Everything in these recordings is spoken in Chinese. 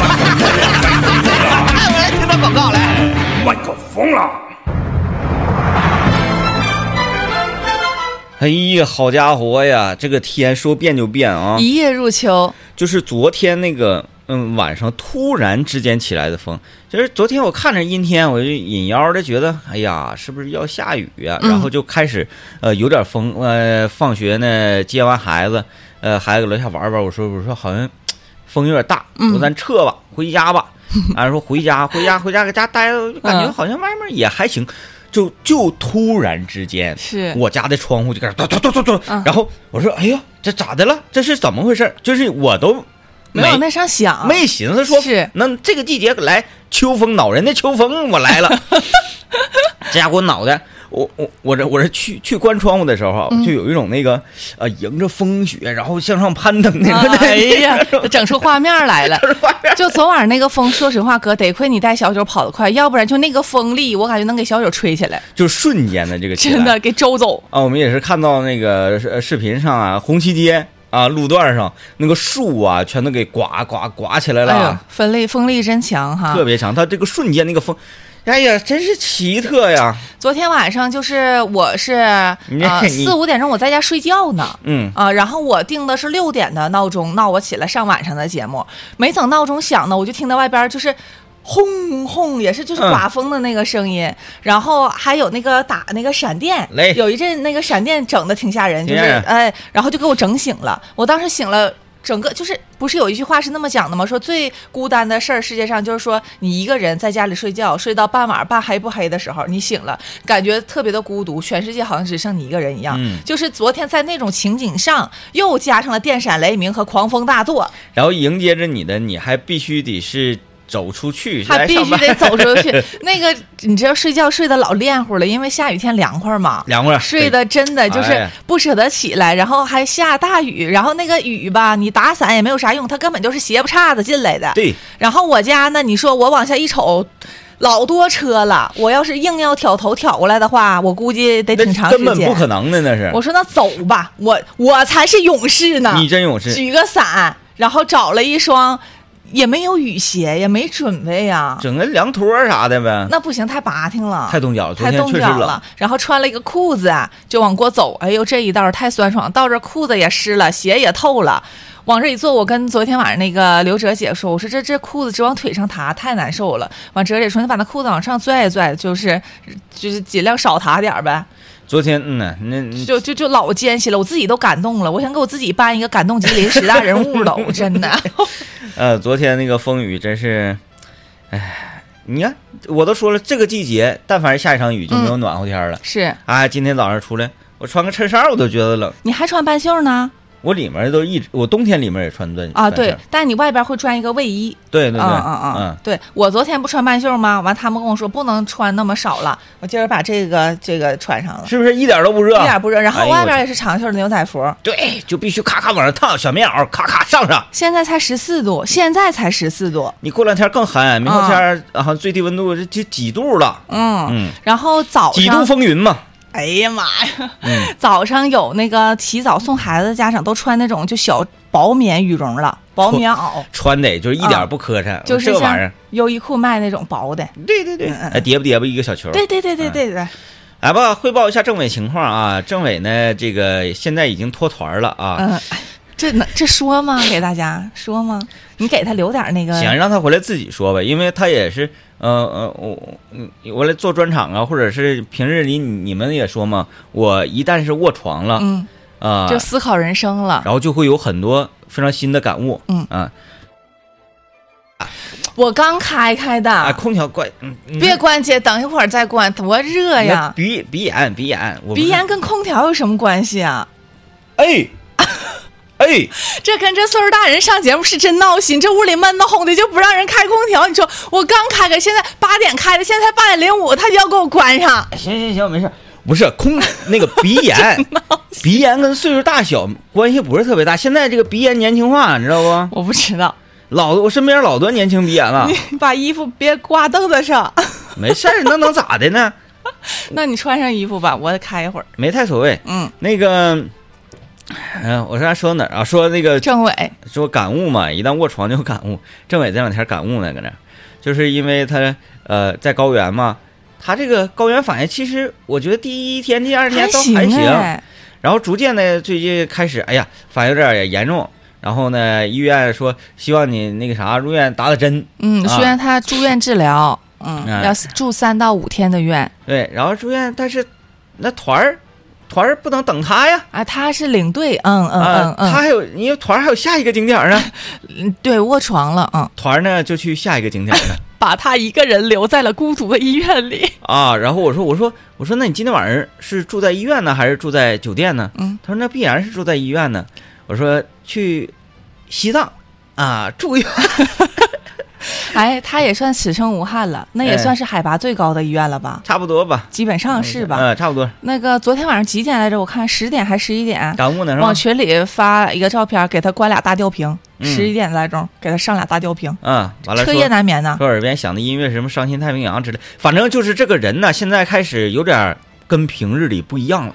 哎，我来听到广告来。麦克风了。哎呀，好家伙呀，这个天说变就变啊！一夜入秋，就是昨天那个，嗯，晚上突然之间起来的风。就是昨天我看着阴天，我就隐约的觉得，哎呀，是不是要下雨呀、嗯然后就开始，呃，有点风。呃，放学呢，接完孩子，呃，孩子搁楼下玩玩。我说，我说好像嘖风有点大，嗯我说咱撤吧，回家 吧。俺、说回家，回家，回家，搁家待着，感觉嗯好像外面也还行。就就突然之间，是我家的窗户就开始咚咚咚咚嗯咚，然后我说：“哎呀，这咋的了？这是怎么回事？就是我都没往那上想，没寻思说，是那这个季节来秋风恼人的秋风，我来 了。这家给我脑袋，我我我这我这去去关窗户的时候啊，嗯就有一种那个呃迎着风雪，然后向上攀登 那个。啊哎呀，整出画面 来了。就昨晚那个风，说实话，哥，得亏你带小九跑得快，要不然就那个风力，我感觉能给小九吹起来，就瞬间的这个起来真的给周走。啊，我们也是看到那个视视频上啊，红旗街啊路段上那个树啊，全都给刮刮刮起来了哎呦啊啊，，分类风力真强哈！特别强。它这个瞬间那个风，哎呀，真是奇特呀！昨天晚上就是我是你呃你四五点钟我在家睡觉呢，嗯，啊，然后我定的是六点的闹钟，闹我起来上晚上的节目。没等闹钟响呢，我就听到外边就是轰轰，也是就是嗯刮风的那个声音，然后还有那个打那个闪电雷，有一阵那个闪电整的挺吓人，就挺是吓人哎，然后就给我整醒了。我当时醒了。整个就是不是有一句话是那么讲的吗？说最孤单的事儿，世界上就是说你一个人在家里睡觉，睡到半晚半黑不黑的时候，你醒了，感觉特别的孤独，全世界好像只剩你一个人一样。嗯就是昨天在那种情景上，又加上了电闪雷鸣和狂风大作，然后迎接着你的，你还必须得是走出去，还来必上须班得走出 去。那个你知道睡觉睡得老练乎了，因为下雨天凉快嘛。凉快儿睡得真的就啊哎是呀不舍得起来，然后还下大雨，然后那个雨吧，你打伞也没有啥用，它根本就是斜不叉子进来的。对，然后我家呢，你说我往下一瞅，老多车了，我要是硬要挑头挑过来的话，我估计得那挺长时根间。本不可能的，那是我说那走吧，我我才是勇士呢。哎你真勇士，举个伞，然后找了一双，也没有雨鞋，也没准备呀、整个凉拖儿啥的呗，那不行，太拔挺了，太冻脚了，昨太天冻确实脚冷了。。然后穿了一个裤子啊，就往过走。哎呦，这一道儿太酸爽，到这儿裤子也湿了，鞋也透了。往这一坐，我跟昨天晚上那个刘哲姐说，我说这这裤子直往腿上塌，太难受了。完，哲姐说你把那裤子往上拽一拽，就是就是尽量少塌点儿呗。昨天嗯呐，那那就就就老艰辛了，我自己都感动了。我想给我自己颁一个感动吉林十大 人物了，我真的。呃，昨天那个风雨真是，哎，你看我都说了，这个季节但凡是下一场雨就没有暖和天儿了。是，啊，今天早上出来，我穿个衬衫我都觉得冷，你还穿半袖呢？我里面都一直，我冬天里面也穿短啊，短对袖，但你外边会穿一个卫衣。对对对，嗯嗯嗯嗯，，对我昨天不穿半袖吗？完，他们跟我说不能穿那么少了，我今儿把这个这个穿上了，是不是一点都不热？一点不热。然哎后呦外我边去也是长袖的牛仔服，对，就必须咔咔往上烫，小棉袄咔咔上上。现在才十四度，现在才十四度，你过两天更寒，明后天儿啊好像最低温度就就几度了，嗯。嗯，然后早几度上，风云嘛。哎呀妈呀！嗯，早上有那个起早送孩子的家长都穿那种就小薄棉羽绒了，薄棉袄，穿的就是一点不磕碜，就是这玩意像儿。优衣库卖那种薄的。对对对，嗯哎，叠吧叠吧一个小球。对对对对嗯对对，来吧，汇报一下政委情况啊。政委呢，这个现在已经脱团了啊，嗯，哎这能这说吗？给大家说吗？你给他留点那个。行，让他回来自己说吧，因为他也是，呃呃，我嗯我来做专场啊，或者是平日里你你们也说嘛，我一旦是卧床了嗯，啊，就思考人生了。然后就会有很多非常新的感悟。嗯啊我刚开开啊，的，空调怪，嗯，哎嗯别关机，等一会儿再关，多热呀！鼻鼻炎，鼻炎，我不鼻是 炎跟空调有什么关系啊？哎，哎，这跟这岁数大人上节目是真闹心，这屋里闷得哄的，就不让人开空调。你说我刚开开，现在八点开的，现在才八点零五，他就要给我关上。哎行行行，没事。不是 空那个鼻炎，鼻炎跟岁数大小关系不是特别大。现在这个鼻炎年轻化，你知道不？我不知道，老我身边老多年轻鼻炎了，你把衣服别挂凳子上。没事儿，那能咋的呢？那你穿上衣服吧，我开一会儿。没太所谓。嗯，那个，嗯、我刚才说到哪儿啊？说那个政委，说感悟嘛，一旦卧床就感悟。政委这两天感悟呢，搁那儿，就是因为他呃在高原嘛，他这个高原反应其实我觉得第一天、第二天都还行，哎，然后逐渐的最近开始，哎呀，反应有点严重。然后呢，医院说希望你那个啥入院打打针，嗯，啊虽然他住院治疗，嗯，哎要住三到五天的院。对，然后住院，但是那团儿团儿不能等他呀，啊，他是领队，嗯嗯啊嗯，嗯，他还有因为团儿还有下一个景点儿呢，嗯对卧床了，嗯，团儿呢就去下一个景点 儿了把他一个人留在了孤独的医院里。啊。然后我说我说我说那你今天晚上是住在医院呢，还是住在酒店呢？嗯，他说那必然是住在医院呢。我说去西藏啊，住院。 哎，他也算此生无憾了，那也哎算是海拔最高的医院了吧？差不多吧，基本上是吧？嗯，差不多。那个昨天晚上几点来着？我看十点还是十一点？啊感悟呢是吧往？群里发一个照片，给他灌俩大吊瓶，嗯十一点来钟给他上俩大吊瓶，啊，完了彻说夜难眠呢。说耳边响的音乐是什么伤心太平洋之类，反正就是这个人呢，现在开始有点儿跟平日里不一样了，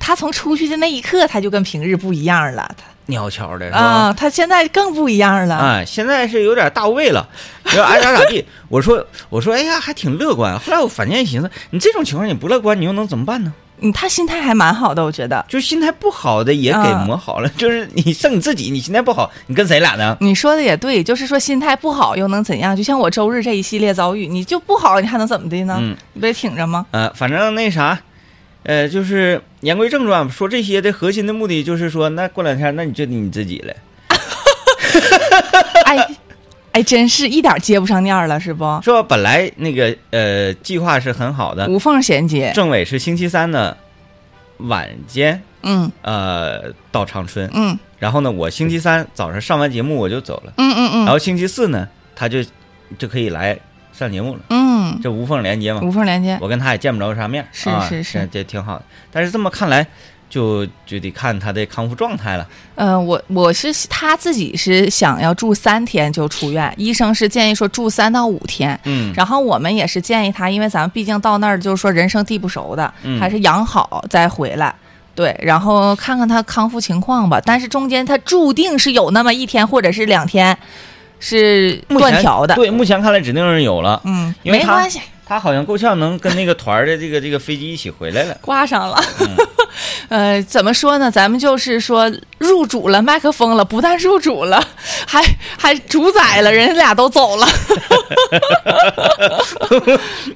他从出去的那一刻，他就跟平日不一样了，鸟悄的是他吧？啊，他现在更不一样了。哎，现在是有点大无畏了，哎你说爱咋咋地。我说我说，哎呀，还挺乐观。后来我反间寻思，你这种情况你不乐观，你又能怎么办呢？嗯，他心态还蛮好的，我觉得。就是心态不好的也给磨好啊了，就是你剩你自己，你心态不好，你跟谁俩呢？你说的也对，就是说心态不好又能怎样？就像我周日这一系列遭遇，你就不好，你还能怎么的呢？嗯你不得挺着吗？呃，反正那啥，呃，就是言归正传，说这些的核心的目的就是说，那过两天那你就得你自己了。哎，哎，真是一点接不上面了，是不？说本来那个呃计划是很好的，无缝衔接。政委是星期三的晚间嗯呃到长春，嗯然后呢我星期三早上上完节目我就走了，嗯嗯然嗯后星期四呢他就就可以来上节目了，嗯，这无缝连接嘛，无缝连接。我跟他也见不着啥面儿，是啊是是这这挺好的。但是这么看来，就就得看他的康复状态了。呃，我我是他自己是想要住三天就出院，医生是建议说住三到五天。嗯，然后我们也是建议他，因为咱们毕竟到那儿就是说人生地不熟的，嗯还是养好再回来。对，然后看看他康复情况吧。但是中间他注定是有那么一天或者是两天是目断前条的。对，目前看来指定是有了。嗯，因为没他关系，他好像够呛能跟那个团儿的这个这个飞机一起回来了。挂上了。嗯 呃，怎么说呢？咱们就是说入主了麦克风了，不但入主了， 还还主宰了，人家俩都走了。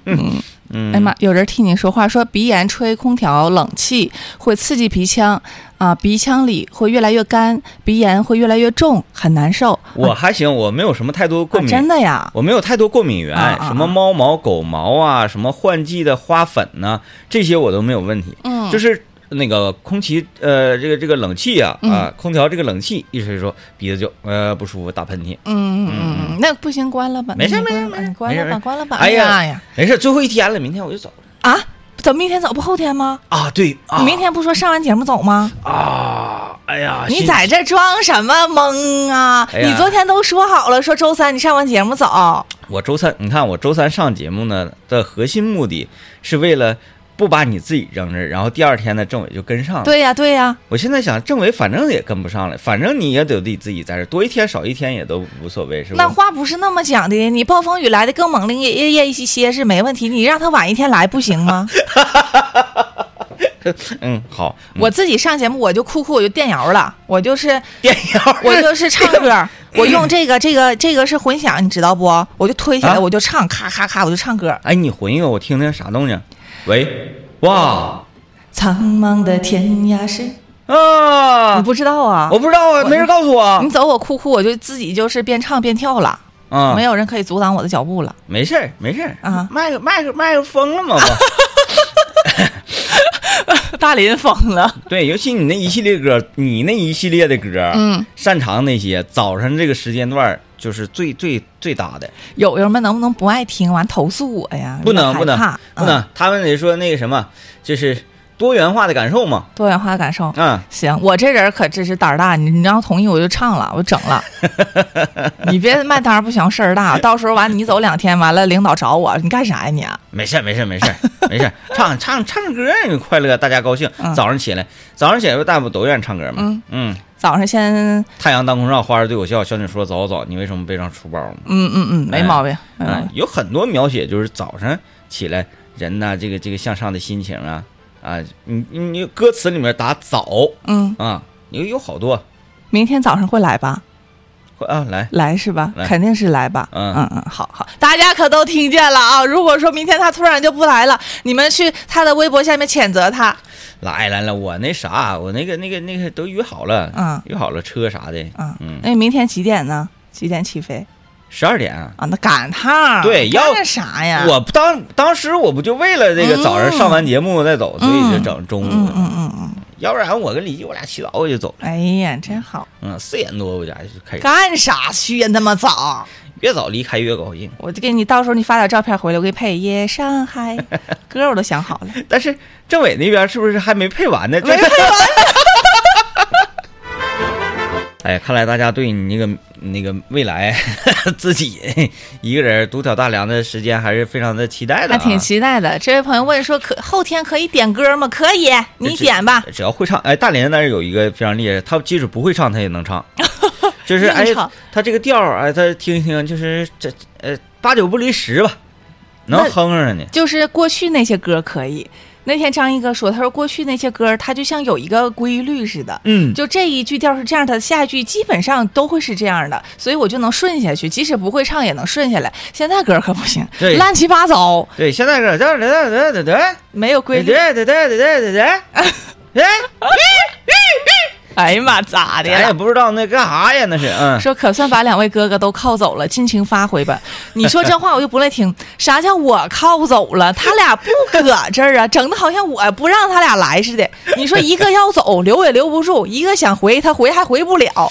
嗯，哎呀妈，有人替你说话，说鼻炎吹空调冷气会刺激鼻腔啊、鼻腔里会越来越干，鼻炎会越来越重，很难受。我还行，我没有什么太多过啊敏，真的呀？我没有太多过敏源，啊啊啊什么猫毛、狗毛啊，什么换季的花粉呐、这些我都没有问题。嗯就是那个空气，呃，这个这个冷气啊，嗯啊、空调这个冷气一吹说鼻子就呃不舒服，打喷嚏。嗯嗯嗯嗯，那不行，关了吧。没事那没你事关了吧没事你关没了事吧，关了吧。哎呀呀呀没事，最后一天了，明天我就走了。啊！怎么明天走不后天吗？啊，对啊你明天不说上完节目走吗？啊，哎呀，你心在这装什么懵啊？哎呀啊你昨天都说好了，说周三你上完节目走。我周三，你看我周三上节目呢的核心目的是为了不把你自己扔这儿，然后第二天呢政委就跟上了。对呀对呀，我现在想，政委反正也跟不上了，反正你也得得自己在这儿多一天少一天也都无所谓，是吧？那话不是那么讲的，你暴风雨来的更猛烈一夜一些是没问题，你让他晚一天来不行 吗？嗯，好，嗯我自己上节目我就哭哭，我就电摇了，我就是电影，我就是唱歌，我用这个这个这个是混响，你知道不？我就推起来啊我就唱，咔咔咔我就唱歌。 哎，你回一个，我听听啥动静？喂，哇苍茫的天涯是，啊你，不知道啊我？不知道啊，没人告诉我啊你走我哭哭，我就自己就是边唱边跳了，啊，没有人可以阻挡我的 脚步了。没事儿，没事儿啊 麦克麦克麦克疯了吗？大林疯了，对，尤其你那一系列歌，你那一系列的歌，嗯，擅长那些早晨这个时间段儿就是最最最搭的，友友们能不能不爱听完投诉我呀？不能我不能害怕不，嗯能，他们得说那个什么，就是多元化的感受嘛，多元化的感受。啊，行，我这人可真是胆儿大，你你要同意我就唱了，我整 了。你别卖单儿不行，事儿大，到时候完你走两天，完了领导找我，你干啥呀你、啊没事儿没事儿没事 儿没事儿，唱唱唱歌儿快乐，大家高兴嗯。早上起来，早上起来大家不都愿意唱歌嗯吗？嗯，早上先，嗯太阳当空照，花儿对我笑。小女说走走，你为什么背上书包吗？嗯嗯，没哎毛病，没毛嗯病，，有很多描写就是早上起来人呐、这个这个向上的心情啊啊，你你你歌词里面打早嗯，啊，有有好多明天早上会来吧？啊来。来是吧？来肯定是来吧。嗯嗯嗯，好好，大家可都听见了啊！如果说明天他突然就不来了，你们去他的微博下面谴责他。来来来，我那啥，我那个那个那个都约好了，嗯约好了车啥的，啊，嗯，那明天几点呢？几点起飞十二点啊。啊？那赶趟儿对干要那啥呀？我当当时我不就为了这个早上上完节目再走，所以就整中嗯午，嗯嗯嗯，要不然我跟李记我俩洗澡我就走了，哎呀，真好，嗯，四点多我家就开始，干啥去呀？那么早，越早离开越高兴。我就给你到时候你发点照片回来，我给你配《夜 上海》歌，我都想好了。但是政委那边是不是还没配完呢？没配完。 哎，看来大家对你那个那个未来 自己一个人独挑大梁的时间还是非常的期待的、还啊，挺期待的。这位朋友问说可，后天可以点歌吗？可以，你点吧。只要会唱，哎，大连那儿有一个非常厉害，他即使不会唱，他也能 唱，就是硬哎唱，他这个调儿，哎，他听一听，就是这呃八九不离十吧，能那哼哼上去。就是过去那些歌可以。那天张一哥说，他说过去那些歌，它就像有一个规律似的。嗯，就这一句调是这样的，下一句基本上都会是这样的，所以我就能顺下去，即使不会唱也能顺下来。现在歌可不行对，乱七八糟，对，现在是这这这这这这没有规律。这这这这这， 哎。哎呀妈，咋的咱也了？不知道那干啥呀，那是嗯，说可算把两位哥哥都靠走了，尽情发挥吧。你说这话我就不乐意听，啥叫我靠走了？他俩不搁这儿啊，整的好像我不让他俩来似的。你说一个要走，留也留不住；一个想回，他回还回不了。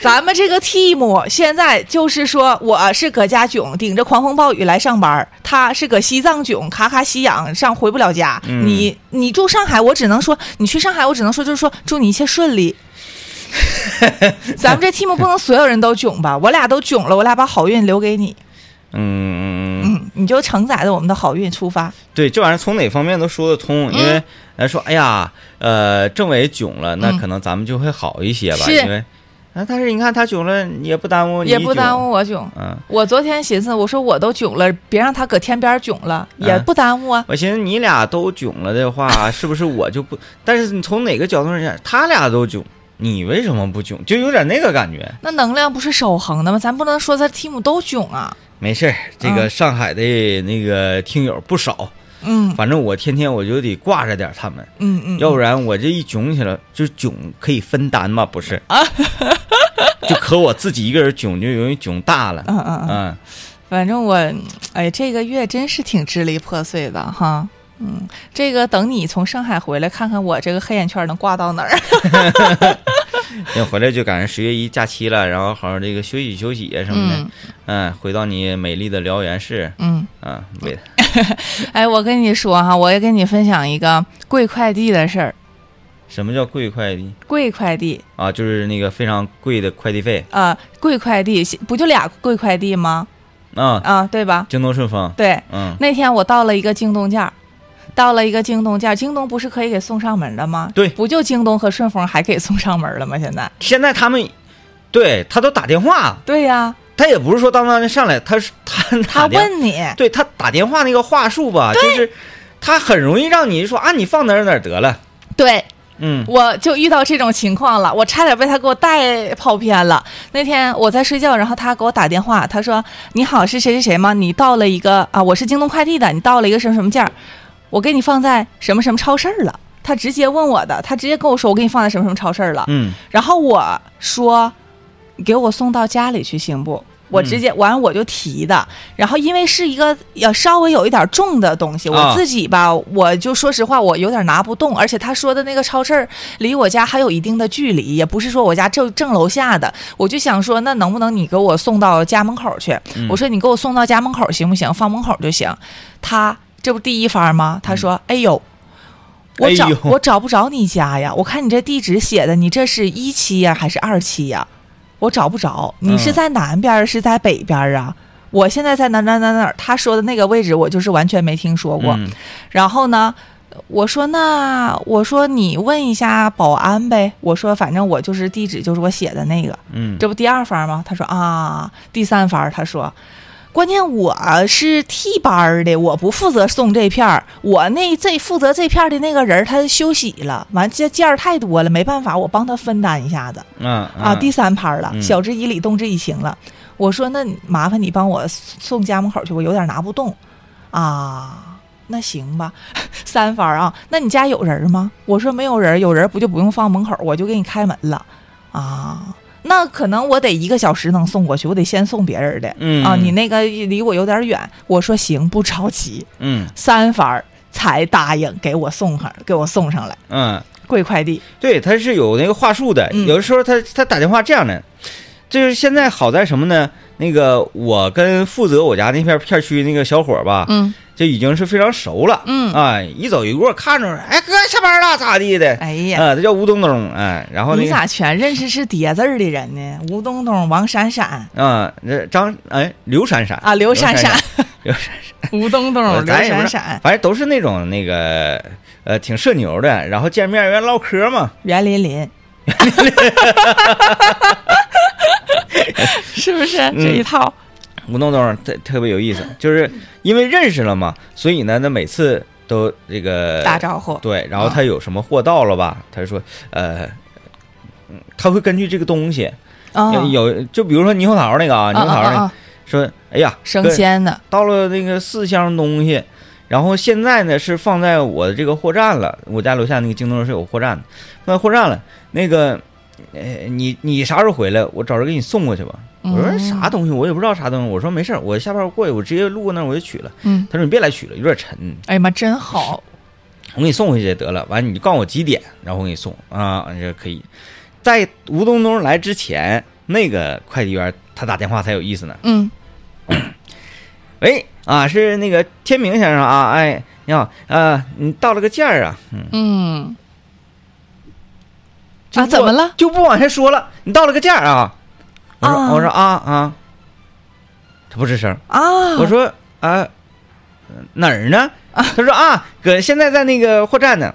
咱们这个 team 现在就是说，我是搁家囧，顶着狂风暴雨来上班儿；他是搁西藏囧，卡卡西养上回不了家。嗯你你住上海，我只能说你去上海，我只能说就是说祝你一切顺 利。咱们这 team 不能所有人都囧吧？我俩都囧了，我俩把好运留给你，嗯嗯嗯，嗯，你就承载着我们的好运出发。对，这玩意儿从哪方面都说得通，嗯因为来说，哎呀，呃，政委囧了，那嗯可能咱们就会好一些吧，是因为，啊，但是你看他囧了也不耽误哦你，也不耽误，我囧。嗯。我昨天寻思，我说我都囧了，别让他搁天边囧了，也嗯不耽误啊。我寻思你俩都囧了的话，是不是我就不？但是你从哪个角度上讲，他俩都囧，你为什么不囧？就有点那个感觉。那能量不是守恒的吗？咱不能说咱 team 都囧啊。没事儿，这个上海的那个听友不少，嗯反正我天天我就得挂着点他们。嗯嗯，要不然我这一囧起来，就是囧可以分担嘛，不是？啊， 就可我自己一个人囧就容易囧大了。嗯嗯嗯，嗯，反正我，哎，这个月真是挺支离破碎的哈。嗯，这个等你从上海回来，看看我这个黑眼圈能挂到哪儿。那回来就赶上十月一假期了，然后好好这个休息休息啊什么的嗯。嗯，回到你美丽的辽源市。嗯，啊，为哎，我跟你说哈，我也跟你分享一个贵快递的事儿。什么叫贵快递贵快递，啊？就是那个非常贵的快递费啊，贵快递不就俩贵快递吗？啊，啊，对吧？京东顺丰。对，嗯，那天我到了一个京东价，到了一个京东价，京东不是可以给送上门了吗？对不就京东和顺丰还给送上门了吗？现在？现在他们对他都打电话，对呀、他也不是说当当就上来，他是他他他问你，对他打电话那个话术吧，就是他很容易让你说啊，你放哪儿哪儿得了，对嗯我就遇到这种情况了，我差点被他给我带跑偏了。那天我在睡觉，然后他给我打电话，他说：“你好，是谁谁谁吗？你到了一个啊，我是京东快递的，你到了一个什么什么件儿，我给你放在什么什么超市儿了。”他直接问我的，他直接跟我说：“我给你放在什么什么超市儿了。”嗯然后我说：“给我送到家里去行不？”我直接完我就提的，然后因为是一个要稍微有一点重的东西，啊我自己吧，我就说实话，我有点拿不动，而且他说的那个超市儿离我家还有一定的距离，也不是说我家正正楼下的，我就想说，那能不能你给我送到家门口去？嗯我说你给我送到家门口行不行？放门口就行。他这不第一番吗？他说，哎呦。我找、嗯哎呦我找不着你家呀！我看你这地址写的，你这是一期呀还是二期呀？我找不着，你嗯是在南边儿是在北边儿啊？我现在在哪哪哪哪儿？他说的那个位置，我就是完全没听说过。嗯然后呢，我说那我说你问一下保安呗。我说反正我就是地址就是我写的那个，嗯，这不第二番吗？他说啊，第三番他说。关键我是替班儿的，我不负责送这片儿。我那这负责这片儿的那个人儿他休息了，完这件儿太多了，没办法，我帮他分担一下子。啊啊，第三盘了，嗯晓之以理，动之以情了。我说那你麻烦你帮我送家门口去，我有点拿不动啊。那行吧， 三番啊，那你家有人吗？我说没有人，有人不就不用放门口，我就给你开门了啊。那可能我得一个小时能送过去，我得先送别人的、嗯啊。你那个离我有点远，我说行，不着急，嗯三番才答应给我送上，给我送上来，嗯，贵快递。对，他是有那个话术的，嗯有的时候他他打电话这样的，就是现在好在什么呢？那个我跟负责我家那片片区那个小伙儿吧，嗯，这已经是非常熟了，嗯啊，一走一过看着，哎哥下班了咋地的，哎呀，啊，他叫吴东东，哎，然后那你个咋全认识是叠字儿的人呢？吴东东、王闪闪啊，那张哎刘闪闪啊，刘闪闪闪、， 刘闪吴东东、闪，嗯刘呃咱也不闪知道闪、反正都是那种那个呃挺社牛的，然后见面愿意唠嗑嘛，袁 琳琳，是不是这嗯一套？吴东东特特别有意思，就是因为认识了嘛，所以呢，那每次都这个打招呼呃对，然后他有什么货到了吧，他就说呃，嗯他会根据这个东西，啊，有就比如说猕猴桃那个啊，猕猴桃啊那啊个、啊说，哎呀，嗯生哥鲜的，到了那个四箱东西，然后现在呢是放在我的这个货站了，我家楼下那个京东是有货站的，放在货站了。那个，呃，你你啥时候回来？我找人给你送过去吧。我说嗯啥东西我也不知道啥东西，我说没事儿，我下班过去，我直接路过那儿我就取了。嗯，他说你别来取了，有点沉，哎呀妈，真好，我给你送回去得了。完你就告诉我几点，然后我给你送啊，这可以。在吴东东来之前，那个快递员他打电话才有意思呢。嗯喂，啊，是那个天明先生啊，哎，你好，呃，你到了个件儿啊，嗯，嗯，就啊，不怎么了？就不往下说了，你到了个件儿啊，我说，啊我说啊啊，他不吱声，啊？我说啊，哪儿呢？他说啊，搁现在在那个货站呢，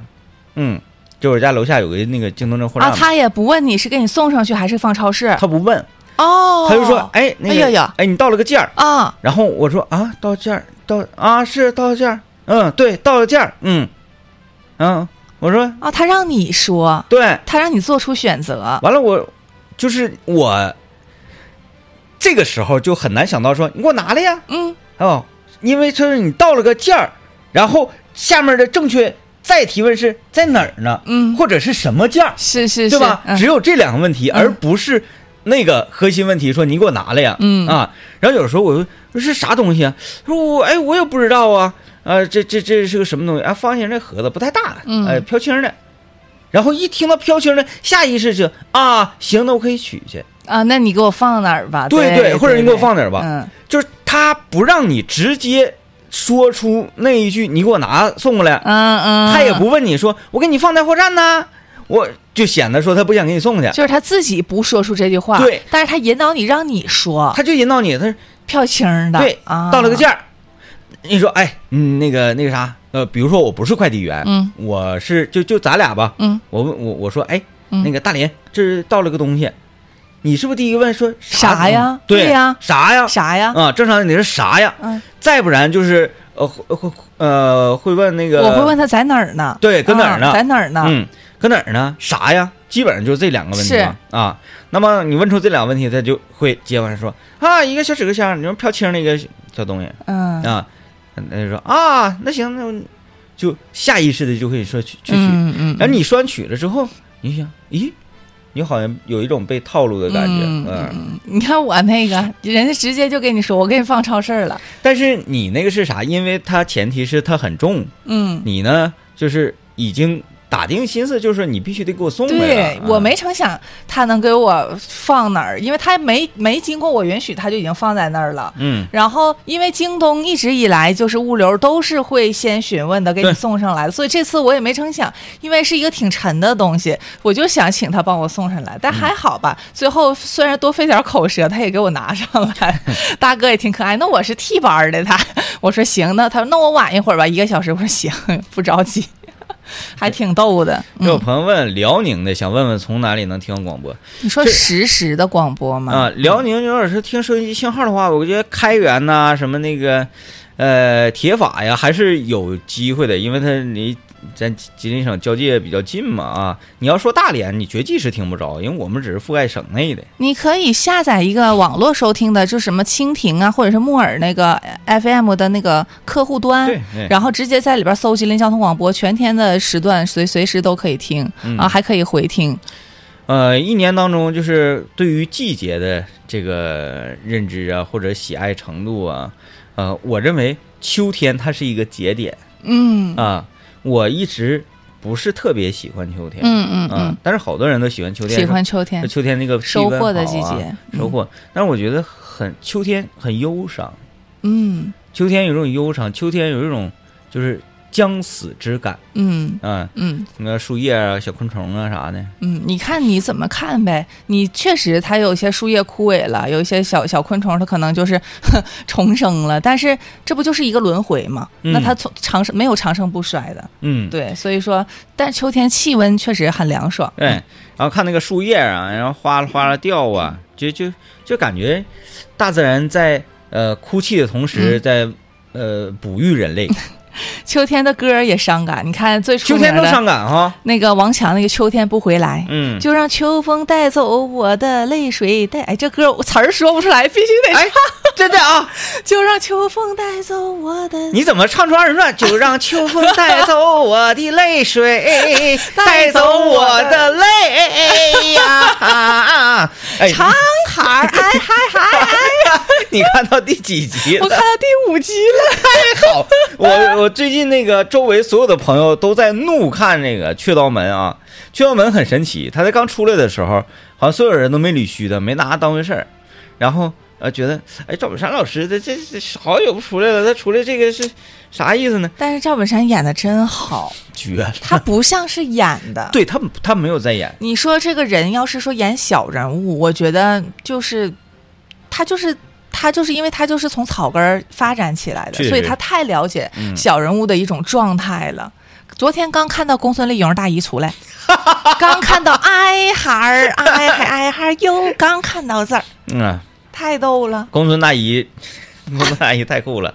嗯，就我家楼下有个那个京东这货站啊，嘛，他也不问你是给你送上去还是放超市他不问，哦，他就说，哎，那哎呀个呀，哎，你到了个件儿，啊，然后我说啊，到这儿，到啊是到这儿，嗯，对，到了这儿，嗯，嗯，我说啊，他让你说，对，他让你做出选择，完了我就是我这个时候就很难想到说你给我拿来呀，嗯，哦，因为就是你到了个件儿，然后下面的正确再提问是在哪儿呢？嗯或者是什么件儿，是是是，对吧？嗯只有这两个问题，嗯而不是那个核心问题，说你给我拿来呀，嗯啊。然后有时候我就说是啥东西啊？说我哎，我也不知道啊，呃，这这这是个什么东西啊？放心，这盒子不太大，嗯哎，飘轻的。然后一听到飘轻的，下意识就啊，行，那我可以取去，啊，那你给我放哪儿吧？对对对或者你给我放哪儿吧嗯就是他不让你直接说出那一句，你给我拿送过来，嗯嗯，他也不，问你说我给你放在货站呢，我就显得说他不想给你送去，就是他自己不说出这句话，对，但是他引导你让你说，他就引导你，他说票清儿的，对，啊，到了个件儿，你说哎，嗯，那个那个啥，呃，比如说我不是快递员，嗯我是就就咱俩吧，嗯，我问我我说哎，嗯那个大林，这是到了个东西，你是不是第一个问说啥东西呀对对呀啥呀？啥呀？啊，正常你是啥呀？嗯，再不然就是呃会会呃会问那个，我会问他在哪儿呢？对搁哪儿呢啊在哪儿呢？嗯，搁哪儿呢？啥呀？基本上就这两个问题是嘛啊。那么你问出这两个问题，他就会接完说啊，一个小纸壳箱，你说飘轻的一个小东西嗯啊，那就说啊，那行，那我就下意识的就会说去去取。哎嗯嗯，然后你说完取了之后，你想，咦，你你好像有一种被套路的感觉，嗯嗯你看我那个，人家直接就跟你说，我给你放超市了。但是你那个是啥？因为它前提是它很重，嗯，你呢就是已经打定心思，就是你必须得给我送回来。对啊，我没成想他能给我放哪儿，因为他没没经过我允许，他就已经放在那儿了。嗯，然后，因为京东一直以来就是物流都是会先询问的，给你对送上来的，所以这次我也没成想，因为是一个挺沉的东西，我就想请他帮我送上来，但还好吧，最后虽然多费点口舌，他也给我拿上来。大哥也挺可爱，那我是替班儿的他，我说行，那他说那我晚一会儿吧，一个小时，我说行， 不着急，还挺逗的。有嗯，朋友问辽宁的，想问问从哪里能听广播你说这实时的广播吗？啊？辽宁要是听收音机信号的话，我觉得开源呐、什么那个呃铁法呀，还是有机会的，因为它离咱吉林省交界比较近嘛啊。你要说大连，你绝技是听不着，因为我们只是覆盖省内的。你可以下载一个网络收听的，就什么蜻蜓啊，或者是木耳那个呃 FM 的那个客户端对，对嗯然后直接在里边搜吉林交通广播，全天的时段随随时都可以听、嗯啊，还可以回听。呃，一年当中，就是对于季节的这个认知啊，或者喜爱程度啊，呃，我认为秋天它是一个节点嗯啊。我一直不是特别喜欢秋天，嗯嗯啊嗯，但是好多人都喜欢秋天，喜欢秋天说，秋天那个气收温获的好季啊节嗯收获。但是我觉得很秋天很忧伤，嗯秋天有一种忧伤，秋天有一种就是将死之感嗯啊，嗯什么树叶啊、小昆虫啊啥的，嗯，你看你怎么看呗？你确实它有一些树叶枯萎了，有一些小小昆虫它可能就是 重生了，但是这不就是一个轮回吗？嗯那它从长生没有长生不衰的。嗯，对，所以说，但秋天气温确实很凉爽。对，然后看那个树叶啊，然后哗啦哗啦掉啊，就就就感觉大自然在呃哭泣的同嗯时在，呃哺育 人类。秋天的歌儿也伤感，你看最出秋名天更的伤感哈，那个王强那个《秋天不回来》。嗯，就让秋风带走我的泪水，带哎，这歌我词儿说不出来，必须得唱。 哎，真的啊，就让秋风带走我的， 你怎么唱出二人转？就让秋风带走我的泪水， 带走我的泪呀、啊！ 哎，长海儿，哎嗨嗨哎， 你看到第几集了？我看到第五集了。好，我我最近那个周围所有的朋友都在怒看那个《雀刀门》啊，《雀刀门》很神奇，它在刚出来的时候，好像所有人都没理虚的，没拿它当回事儿，然后呃觉得，哎，赵本山老师这这这好久不出来了，他出来这个是啥意思呢？但是赵本山演的 真好，绝了，他不像是演的。对他他没有在演，你说这个人要是说演小人物，我觉得就是他就是他就是因为他就是从草根儿发展起来的，确实所以他太了解嗯小人物的一种状态了。昨天刚看到公孙丽蓉大姨出来， 刚看到哎哈儿哎嗨哎哈儿哟，刚看到字儿，嗯啊，太逗了。公孙大姨， 公孙大姨太酷了，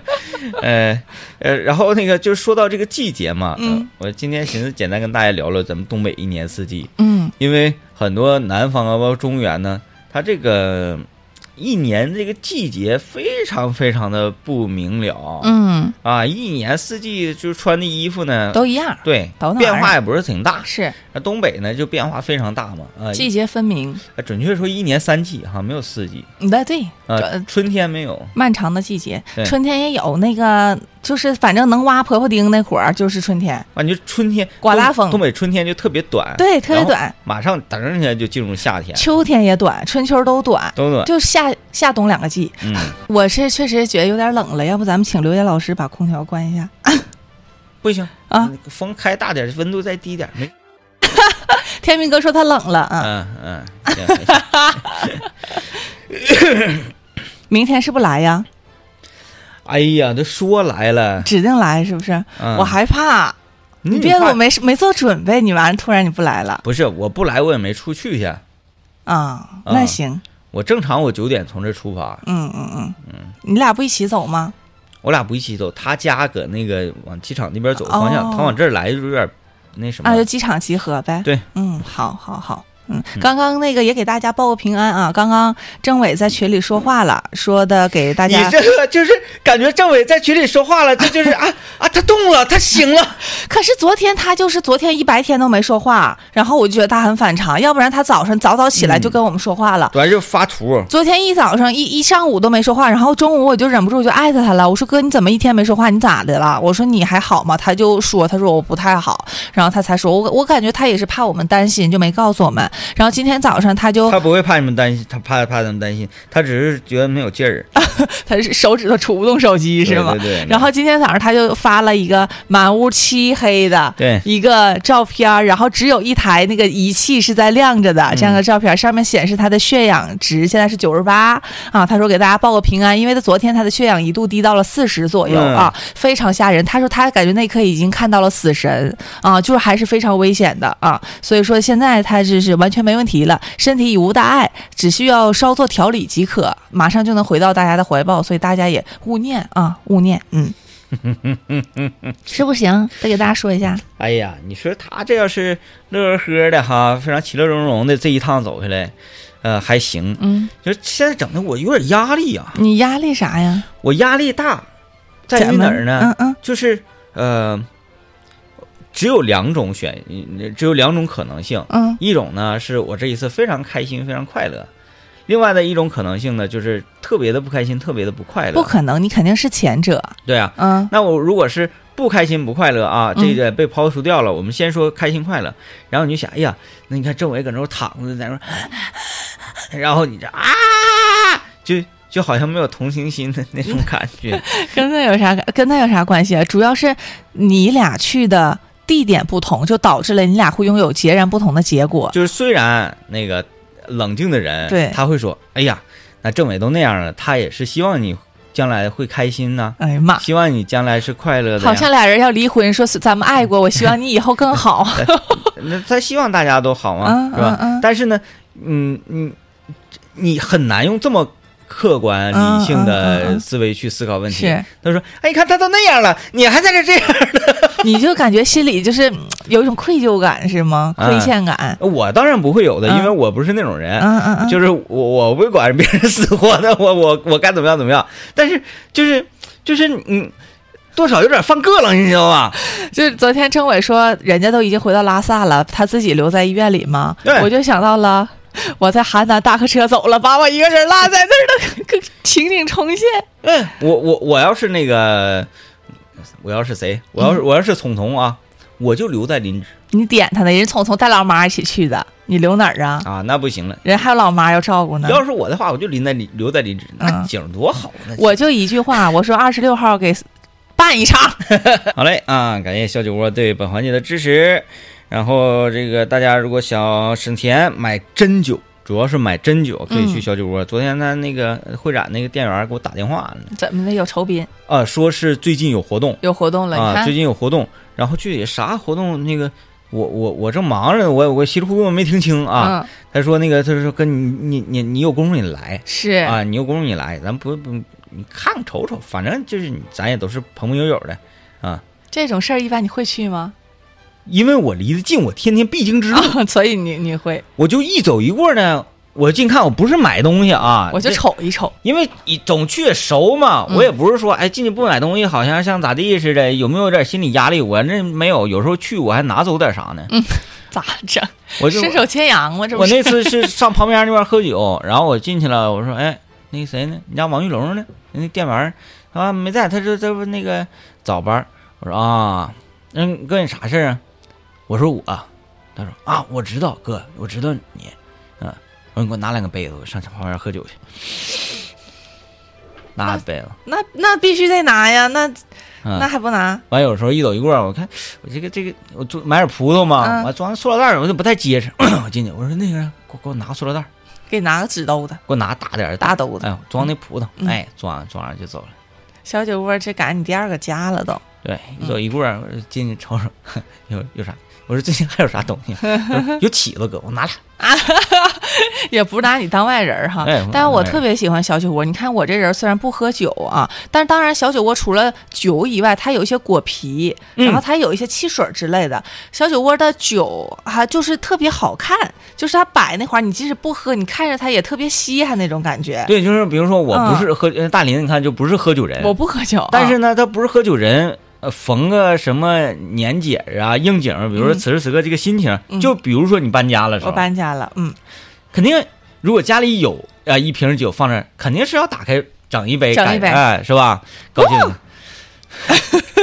呃呃，然后那个就说到这个季节嘛，呃嗯，我今天寻思简单跟大家聊聊咱们东北一年四季。嗯因为很多南方啊，包括中原呢，它这个一年这个季节非常非常的不明了、嗯，啊，一年四季就穿的衣服呢，都一样，对都那玩意儿啊变化也不是挺大。是那东北呢就变化非常大嘛，啊、季节分明。准确说一年三季哈，没有四季，嗯，对对，啊，这春天没有，漫长的季节对，春天也有那个，就是反正能挖婆婆丁那会儿就是春天，感觉春天刮大东风东北春天就特别短，对，特别然后短。马上噔一下就进入夏天，秋天也短，春秋都短，都短，就夏夏冬两个季。嗯， 我是确实觉得有点冷了，要不咱们请刘烨老师把空调关一下。不行啊，风开大点，温度再低点，没天明哥说他冷了啊，嗯，嗯，行行 行明天是不来呀？哎呀，都说来了，指定来是不是？嗯我害怕，你别的怕我没没做准备，你完了突然你不来了不是我不来，我也没出去去。啊？嗯那行，我正常我九点从这出发，嗯嗯嗯嗯，你俩不一起走吗？我俩不一起走，他家搁那个往机场那边走的方向，哦啊他往这儿来就有点那什么啊，就。机场集合呗。对，嗯，好好好，嗯，刚刚那个也给大家报个平安啊！刚刚政委在群里说话了，说的给大你家这个就是感觉政委在群里说话了，这就是啊啊，他动了，他醒了。可是昨天他就是昨天一白天都没说话，然后我就觉得他很反常，要不然他早上早早起来就跟我们说话了。主要就发图，昨天一早上一一上午都没说话，然后中午我就忍不住就艾特他了。我说哥，你怎么一天没说话？你咋的了？我说你还好吗？他就说他说我不太好，然后他才说我我感觉他也是怕我们担心，就没告诉我们。然后今天早上他就他不会怕你们担心，他怕怕他们担心，他只是觉得没有劲儿，他是手指头杵不动手机是吗？对对对然后今天早上他就发了一个满屋漆黑的对一个照片儿，然后只有一台那个仪器是在亮着的这样的照片儿，上面显示他的血氧值现在是九十八啊。他说给大家报个平安，因为他昨天他的血氧一度低到了四十左右、嗯啊，非常吓人。他说他感觉那一刻已经看到了死神啊，就是还是非常危险的啊。所以说现在他这是完全没问题了，身体已无大碍，只需要稍作调理即可，马上就能回到大家的怀抱。所以大家也勿念啊，勿念，嗯，是不行，得给大家说一下。哎呀，你说他这要是乐呵呵的哈，非常其乐融融的这一趟走下来，呃，还行。嗯，就是现在整的我有点压力呀、你压力啥呀？我压力大，在于哪儿呢？嗯嗯，就是呃，只有两种选，只有两种可能性。嗯一种呢是我这一次非常开心，非常快乐；另外的一种可能性呢，就是特别的不开心，特别的不快乐。不可能，你肯定是前 者。对啊，嗯那我如果是不开心不快乐啊，嗯这个被抛除掉了，我们先说开心快乐，然后你就想，哎呀，那你看政委搁那儿躺着，在那儿， 然后你这啊，就就好像没有同情心的那种感觉，跟他有啥跟他有啥关系啊？主要是你俩去的地点不同，就导致了你俩会拥有截然不同的结果。 就是虽然那个冷静的人，对他会说，哎呀，那政委都那样了，他也是希望你将来会开心呐、哎呀妈！希望你将来是快乐的呀，好像俩人要离婚，说是咱们爱过，我希望你以后更好。那他希望大家都好嘛，嗯是吧？嗯嗯但是呢，嗯，你你很难用这么客观嗯理性嗯嗯的嗯思维去思考 问题。是他说：“哎，你看他都那样了，你还在这这样。你就感觉心里就是嗯有一种愧疚感是吗？嗯亏欠感”。我当然不会有的，嗯因为我不是那种人。嗯嗯嗯，就是我，我不会管别人死活的，我我我该怎么样怎么样。但是就是就是你多少有点犯膈了，你知道吧？就是昨天政委说人家都已经回到拉萨了，他自己留在医院里嘛对，我就想到了。我在邯郸大客车走了，把我一个人落在那儿 的情景重现。嗯，我我我要是那个，我要是谁？我要是、我要是聪聪啊，我就留在林芝你点他呢？人聪聪带老妈一起去的，你留哪儿啊？啊，那不行了。人还有老妈要照顾呢。要是我的话，我就临在林留在林芝，那嗯景儿多好啊呢！我就一句话，我说二十六号给办一场。好嘞啊，感谢小酒窝对本环节的支持。然后这个大家如果想省钱买真酒，主要是买真酒，可以去嗯小酒窝。昨天他那个会展那个店员给我打电话呢， 怎么的？有酬宾，啊，说是最近有活动有活动了。你啊，看最，近有活动。然后具体啥活动那个。我我我正忙着呢，我我稀里糊涂没听清啊。嗯，他说那个，他说跟你你你你有功夫你来，是啊，你有功夫你来，咱不不，你看瞅瞅，反正就是你咱也都是朋朋友友的啊。这种事儿，一般你会 去吗？因为我离得近，我天天必经之路，所以你你会，我就一走一过呢。我近看，我不是买东西啊，我就这，瞅一嗯瞅。因为你总去也熟嘛，我也不是说哎进去不买东西，好像像咋地似的，有没有点心理压力？我那没有，有时候去我还拿走点啥呢，嗯咋整？我就伸手牵羊吗？这不我是那次是上旁边那边喝酒，然后我进去了，我说，哎，那个谁呢？你家王玉龙呢？那店员儿啊没在，他说这不那个早班儿。我说啊，嗯，哥你啥事儿啊？我说我，他说啊，我知道哥，我知道你，嗯、我说你给我拿两个杯子，我上旁边喝酒去。拿杯子，那那必须得拿呀，那嗯，那还不拿？完有时候一走一过，我看我这个这个，我就买点葡萄嘛，嗯我装塑料袋儿，我就不太结实。 我进去，我说那个人给我给我拿塑料袋儿。给拿个纸兜子。给我拿大点儿的大兜子哎呦，装那葡萄，嗯哎，装装上就走了。小酒窝，这赶上你第二个家了都。对，一嗯走一过儿，我 就进去瞅瞅，有有啥？我说最近还有啥东西？我说有起子哥，我拿俩。啊，也不是拿你当外人儿哈。哎啊但是我哎特别喜欢小酒窝。你看我这人虽然不喝酒啊，但是当然小酒窝除了酒以外，它有一些果皮，嗯然后它有一些汽水之类的。小酒窝的酒啊，就是特别好看，就是它摆那块儿，你即使不喝，你看着它也特别稀罕那种感觉。对，就是比如说我不是喝、呃大林，你看就不是喝酒人，嗯我不喝酒啊，但是呢，他不是喝酒人，呃，逢个什么年节啊、应景儿，比嗯如说此时此刻这个心情，就比如说你搬家了是我吧？搬家了，嗯，肯定如果家里有啊、一瓶酒放那儿，肯定是要打开整一杯，整感一杯哦哎，是吧？高兴。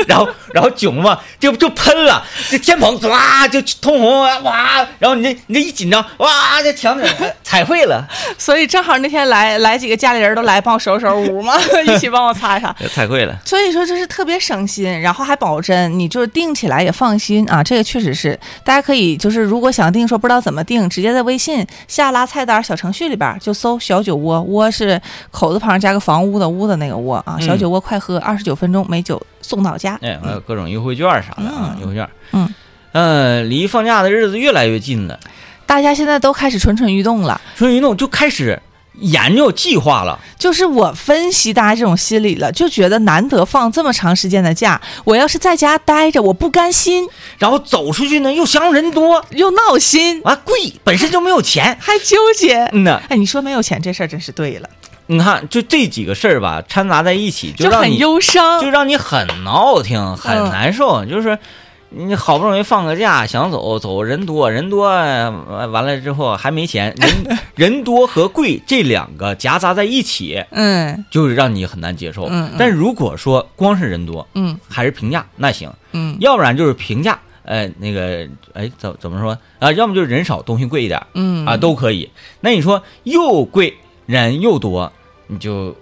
然后，然后囧嘛，就就喷了，这天棚唰就通红啊，哇！然后你这你这一紧张，哇，这墙底儿哎彩绘 了，所以正好那天来来几个家里人都来帮我收拾收拾 屋嘛，一起帮我擦一擦。彩绘了。所以说这是特别省心，然后还保真，你就是定起来也放心啊。这个确实是，大家可以就是如果想定说不知道怎么定，直接在微信下拉菜单小程序里边就搜“小酒窝”，窝是口字旁加个房屋的屋的那个窝啊。小酒窝快喝，二十九分钟美酒送到家。哎，还有各种优惠券儿啥的啊，嗯优惠券。嗯，呃，离放假的日子越来越近了，大家现在都开始蠢蠢欲动了，春运动就开始研究计划了。就是我分析大家这种心理了，就觉得难得放这么长时间的假，我要是在家待着，我不甘心，然后走出去呢，又嫌人多，又闹心，啊，贵，本身就没有钱。还纠结。嗯呐，哎，你说没有钱这事儿真是对了。你看，就这几个事儿吧，掺杂在一起，就让很你忧伤，就让你很闹挺，很嗯难受。就是你好不容易放个假，想走走，人多人多，呃完了之后还没钱，人 人多和贵这两个夹杂在一起，嗯就是让你很难接受。嗯嗯但如果说光是人多，嗯还是平价那行，嗯要不然就是平价，呃，那个，哎，怎怎么说啊？要么就是人少，东西贵一点嗯啊，都可以。那你说又贵人又多，你就嘖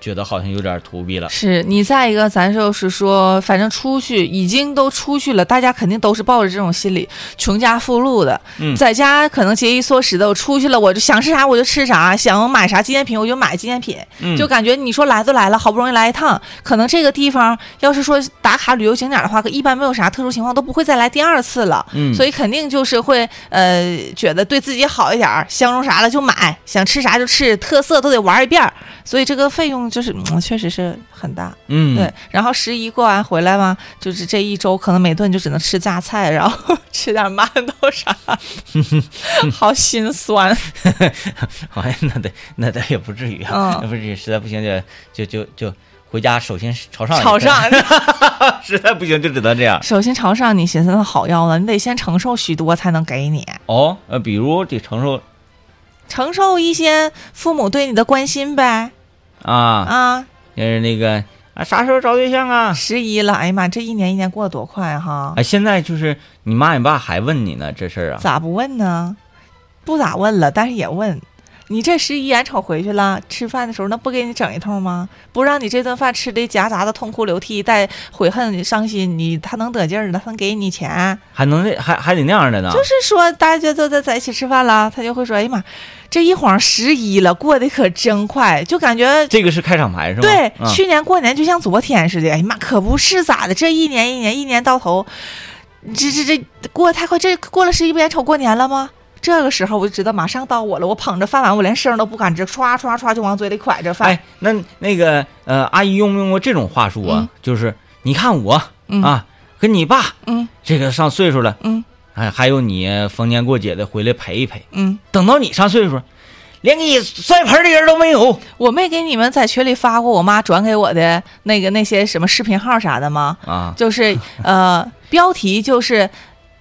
觉得好像有点土逼了。是你再一个，咱就是说，反正出去已经都出去了，大家肯定都是抱着这种心理，穷家富路的，嗯在家可能节衣缩食的，我出去了，我就想吃啥我就吃啥，想买啥纪念品我就买纪念品，嗯就感觉你说来都来了，好不容易来一趟，可能这个地方要是说打卡旅游景点的话，可一般没有啥特殊情况都不会再来第二次了，嗯所以肯定就是会呃觉得对自己好一点儿，相中啥了就买，想吃啥就吃，特色都得玩一遍儿，所以这个费用就是、嗯、确实是很大。嗯， 对，然后十一过完回来嘛，就是这一周可能每顿就只能吃榨菜，然后 吃点馒头啥，好心酸。好像哎那得那得也不至于啊，嗯那不至于，实在不行就就就就回家，手心朝上，朝上，， 实在不行就只能这样。手心朝上，你寻思那好药了，你得先承受许多才能给你，哦，呃，比如得承受承受一些父母对你的关心呗。啊，啊，就是那个啊，啥时候找对象啊？十一了，哎呀妈，这一年一年过得多快哈，哎，现在就是你妈你爸还问你呢这事儿啊？咋不问呢？不咋问了，但是也问。你这十一眼瞅回去了，吃饭的时候那不给你整一通吗？不让你这顿饭吃的夹杂的痛哭流涕，带悔恨、伤心，你他能得劲儿呢？他能给你钱？还能那还还得那样的呢？就是说，大家都在在一起吃饭了，他就会说：“哎呀妈，这一晃十一了，过得可真快，就感觉这个是开场白是吗？对，嗯、去年过年就像昨天似的，哎呀妈，可不是咋的，这一年一年一年到头，这这这过得太快，这过了十一不眼瞅过年了吗？这个时候我就知道马上到我了，我捧着饭碗，我连声都不敢吱，唰唰唰就往嘴里蒯着饭。哎，那那个呃，阿姨用不用过这种话术啊？就是你看我、嗯啊，跟你爸嗯这个上岁数了，嗯哎，还有你逢年过节的回来陪一陪。嗯，等到你上岁数，连给你摔盆儿的人都没有我没给你们在群里发过我妈转给我的那个那些什么视频号啥的吗？啊！就是呃，标题就是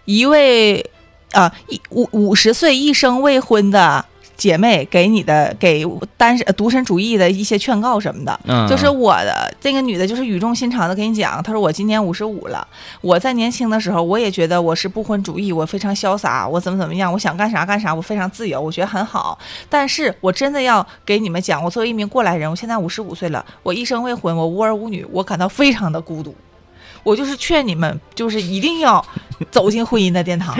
一位啊一五五十岁一生未婚的姐妹给你的给单身呃独身主义的一些劝告什么的。嗯，就是我的这个女的，就是语重心长的跟你讲，她说我今年五十五了，我在年轻的时候，我也觉得我是不婚主义，我非常潇洒，我怎么怎么样，我想干啥干啥，我非常自由，我觉得很好。但是我真的要给你们讲，我作为一名过来人，我现在五十五岁了，我一生未婚，我无儿无女，我感到非常 的孤独。我就是劝你们，就是一定要走进婚姻的殿堂。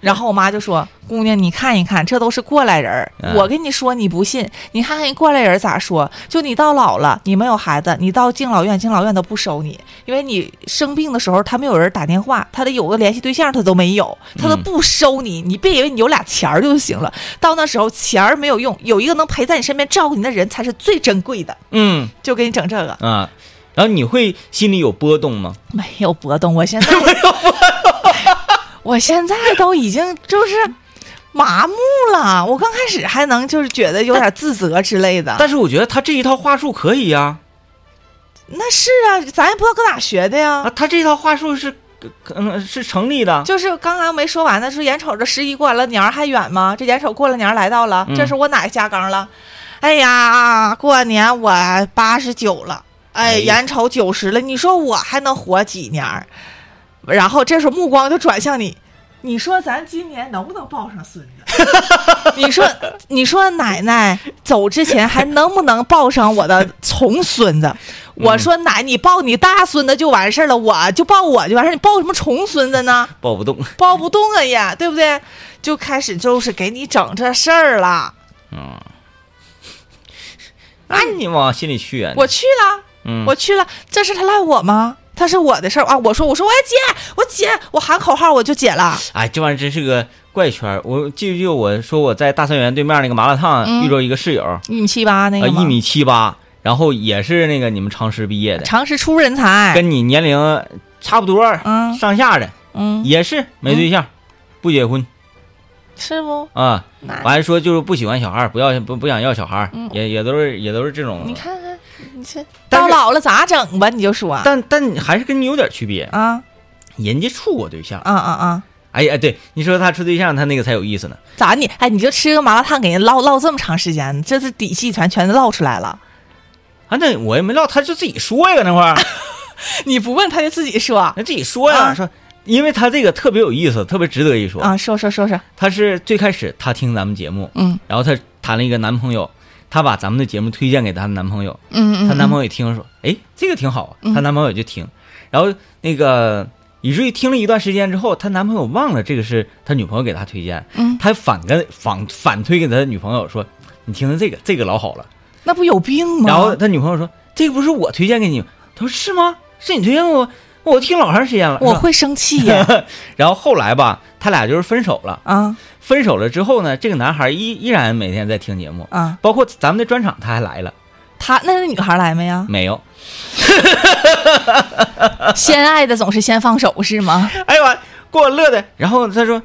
然后我妈就说：“姑娘，你看一看，这都是过来人儿。嗯我跟你说，你不信，你看看人过来人咋说？就你到老了，你没有孩子，你到敬老院，敬老院都不收你，因为你生病的时候，他没有人打电话，他得有个联系对象，他都没有，他都嗯不收你。你别以为你有俩钱儿就行了，到那时候钱儿没有用，有一个能陪在你身边照顾你的人才是最珍贵的。嗯就给你整这个，啊，然后你会心里有波动吗？ 没有波动，我现在 没有波动， 我现在都已经就是麻木了。我刚开始还能就是觉得有点自责之类的，但是我觉得他这一套话术可以啊呀、那是啊，咱也不知道搁哪学的呀。啊，他这套话术是嗯是成立的，就是刚刚没说完的是，眼瞅着十一过完了年儿还远吗？这眼瞅过了年儿来到了，嗯这是我奶下岗了。哎呀，过完年我八十九了，哎哎，眼瞅九十了，你说我还能活几年儿？然后这时候目光就转向你，你说咱今年能不能抱上孙子？你说，你说奶奶走之前还能不能抱上我的重孙子？我说奶，你抱你大孙子就完事儿了，我就抱我就完事儿，你抱什么重孙子呢？抱不动。抱不动啊也，对不对？就开始就是给你整这事儿了。嗯，那你往心里去啊！你我去了，嗯，我去了，这事他赖我吗？他是我的事儿啊！我说，我说，我解，我解，我喊口号我就解了。哎，这玩意儿真是个怪圈儿。我记不记得我说我在大三元对面那个麻辣烫嗯遇着一个室友，啊、一米七八那个吗一米七八，然后也是那个你们长师毕业的，常识出人才，跟你年龄差不多儿哎嗯上下的，嗯，也是没对象，不结婚是不？啊。那完说就是不喜欢小孩儿，不要不不想要小孩儿，嗯也也都是也都是这种。你看看，你这但到是老了咋整吧？你就说啊但但你还是跟你有点区别，啊人家处过对象。啊啊！哎呀，哎对，你说他处对象，他那个才有意思呢。咋你哎？你就吃个麻辣烫给人唠唠这么长时间，这是底细全全唠出来了。啊，那我也没唠，他就自己说呀，那会儿你不问他就自己 说他自己说呀，啊说，因为他这个特别有意思，特别值得一说。啊？说说说说，他是最开始他听咱们节目，嗯然后他谈了一个男朋友，他把咱们的节目推荐给她的男朋友，嗯嗯，她男嗯朋友一听说，哎，这个挺好啊，嗯她男朋友就听，然后那个以至于听了一段时间之后，她男朋友忘了这个是她女朋友给他推荐，嗯他反跟反反推给他女朋友说，你听听这个，这个老好了。那不有病吗？然后他女朋友说：“这个不是我推荐给你吗？”他说：“是吗？是你推荐给我？我听老长时间了。”我是吧。会生气呀 然后后来吧，他俩就是分手了。 啊分手了之后呢，这个男孩依依然每天在听节目，啊！包括咱们的专场他还来了他那那女孩来没呀？没有？啊先爱的总是先放手 是吗？哎呦，给我乐的。然后他说：“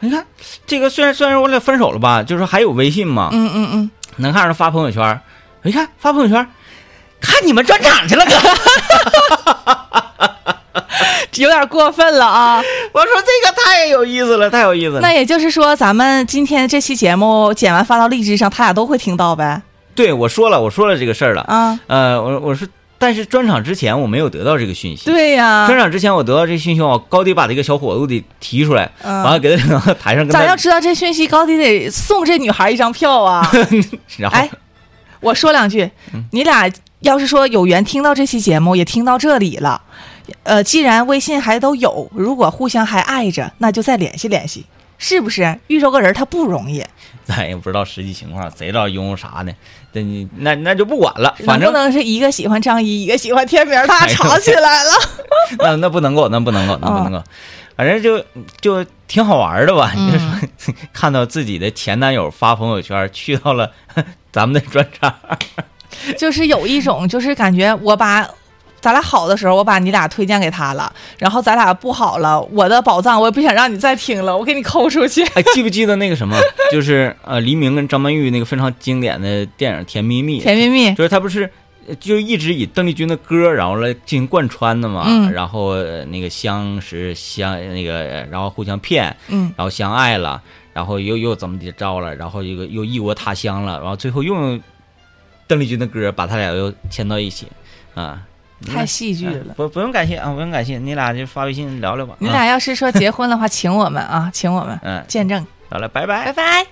你看这个虽然虽然我俩分手了吧，就是还有微信嘛，嗯嗯嗯，能看着发朋友圈。我一看发朋友圈，看你们专场去了哥。”有点过分了啊！ 我说这个太有意思了，太有意思了。那也就是说，咱们今天这期节目剪完发到荔枝上，他俩都会听到呗？对我说了，我说了这个事儿了。啊，呃，我我说，但是专场之前我没有得到这个讯息。对呀、专场之前我得到这个讯息，我高低把这个小伙子得提出来，嗯完了给他 领到台上跟咱要他，知道这讯息，高低得送这女孩一张票啊！ 然后哎，我说两句，嗯你俩要是说有缘听到这期节目，也听到这里了，呃，既然微信还都有，如果互相还爱着，那就再联系联系，是不是？遇着个人他不容易，咱也不知道实际情况，谁知道拥有啥呢？那你那那就不管了，反能正不能是一个喜欢张一，一个喜欢天明，他俩吵起 来了？那那不能够，那不能够，嗯那不能够，反正就就挺好玩的吧。你嗯就说 看到自己的前男友发朋友圈，去到了 咱们的专场，就是有一种，就是感觉我把。咱俩好的时候，我把你俩推荐给他了，然后咱俩不好了，我的宝藏我也不想让你再听了，我给你抠 出去。哎，记不记得那个什么，就是呃，黎明跟张曼玉那个非常经典的电影《甜蜜蜜》？甜蜜蜜， 就是他不是呃就一直以邓丽君的歌，然后来进行贯穿的嘛，嗯然后呃那个相识相那个，呃然后互相骗，嗯，然后相爱了，然后又又怎么的着了，然后又又异国他乡了，然后最后又用邓丽君的歌把他俩又牵到一起，啊，太戏剧哎了。不不用感谢啊，不用感谢，你俩就发微信聊聊吧，你啊俩要是说结婚的话，请我们啊，请我们嗯见证，聊聊，拜拜拜。拜。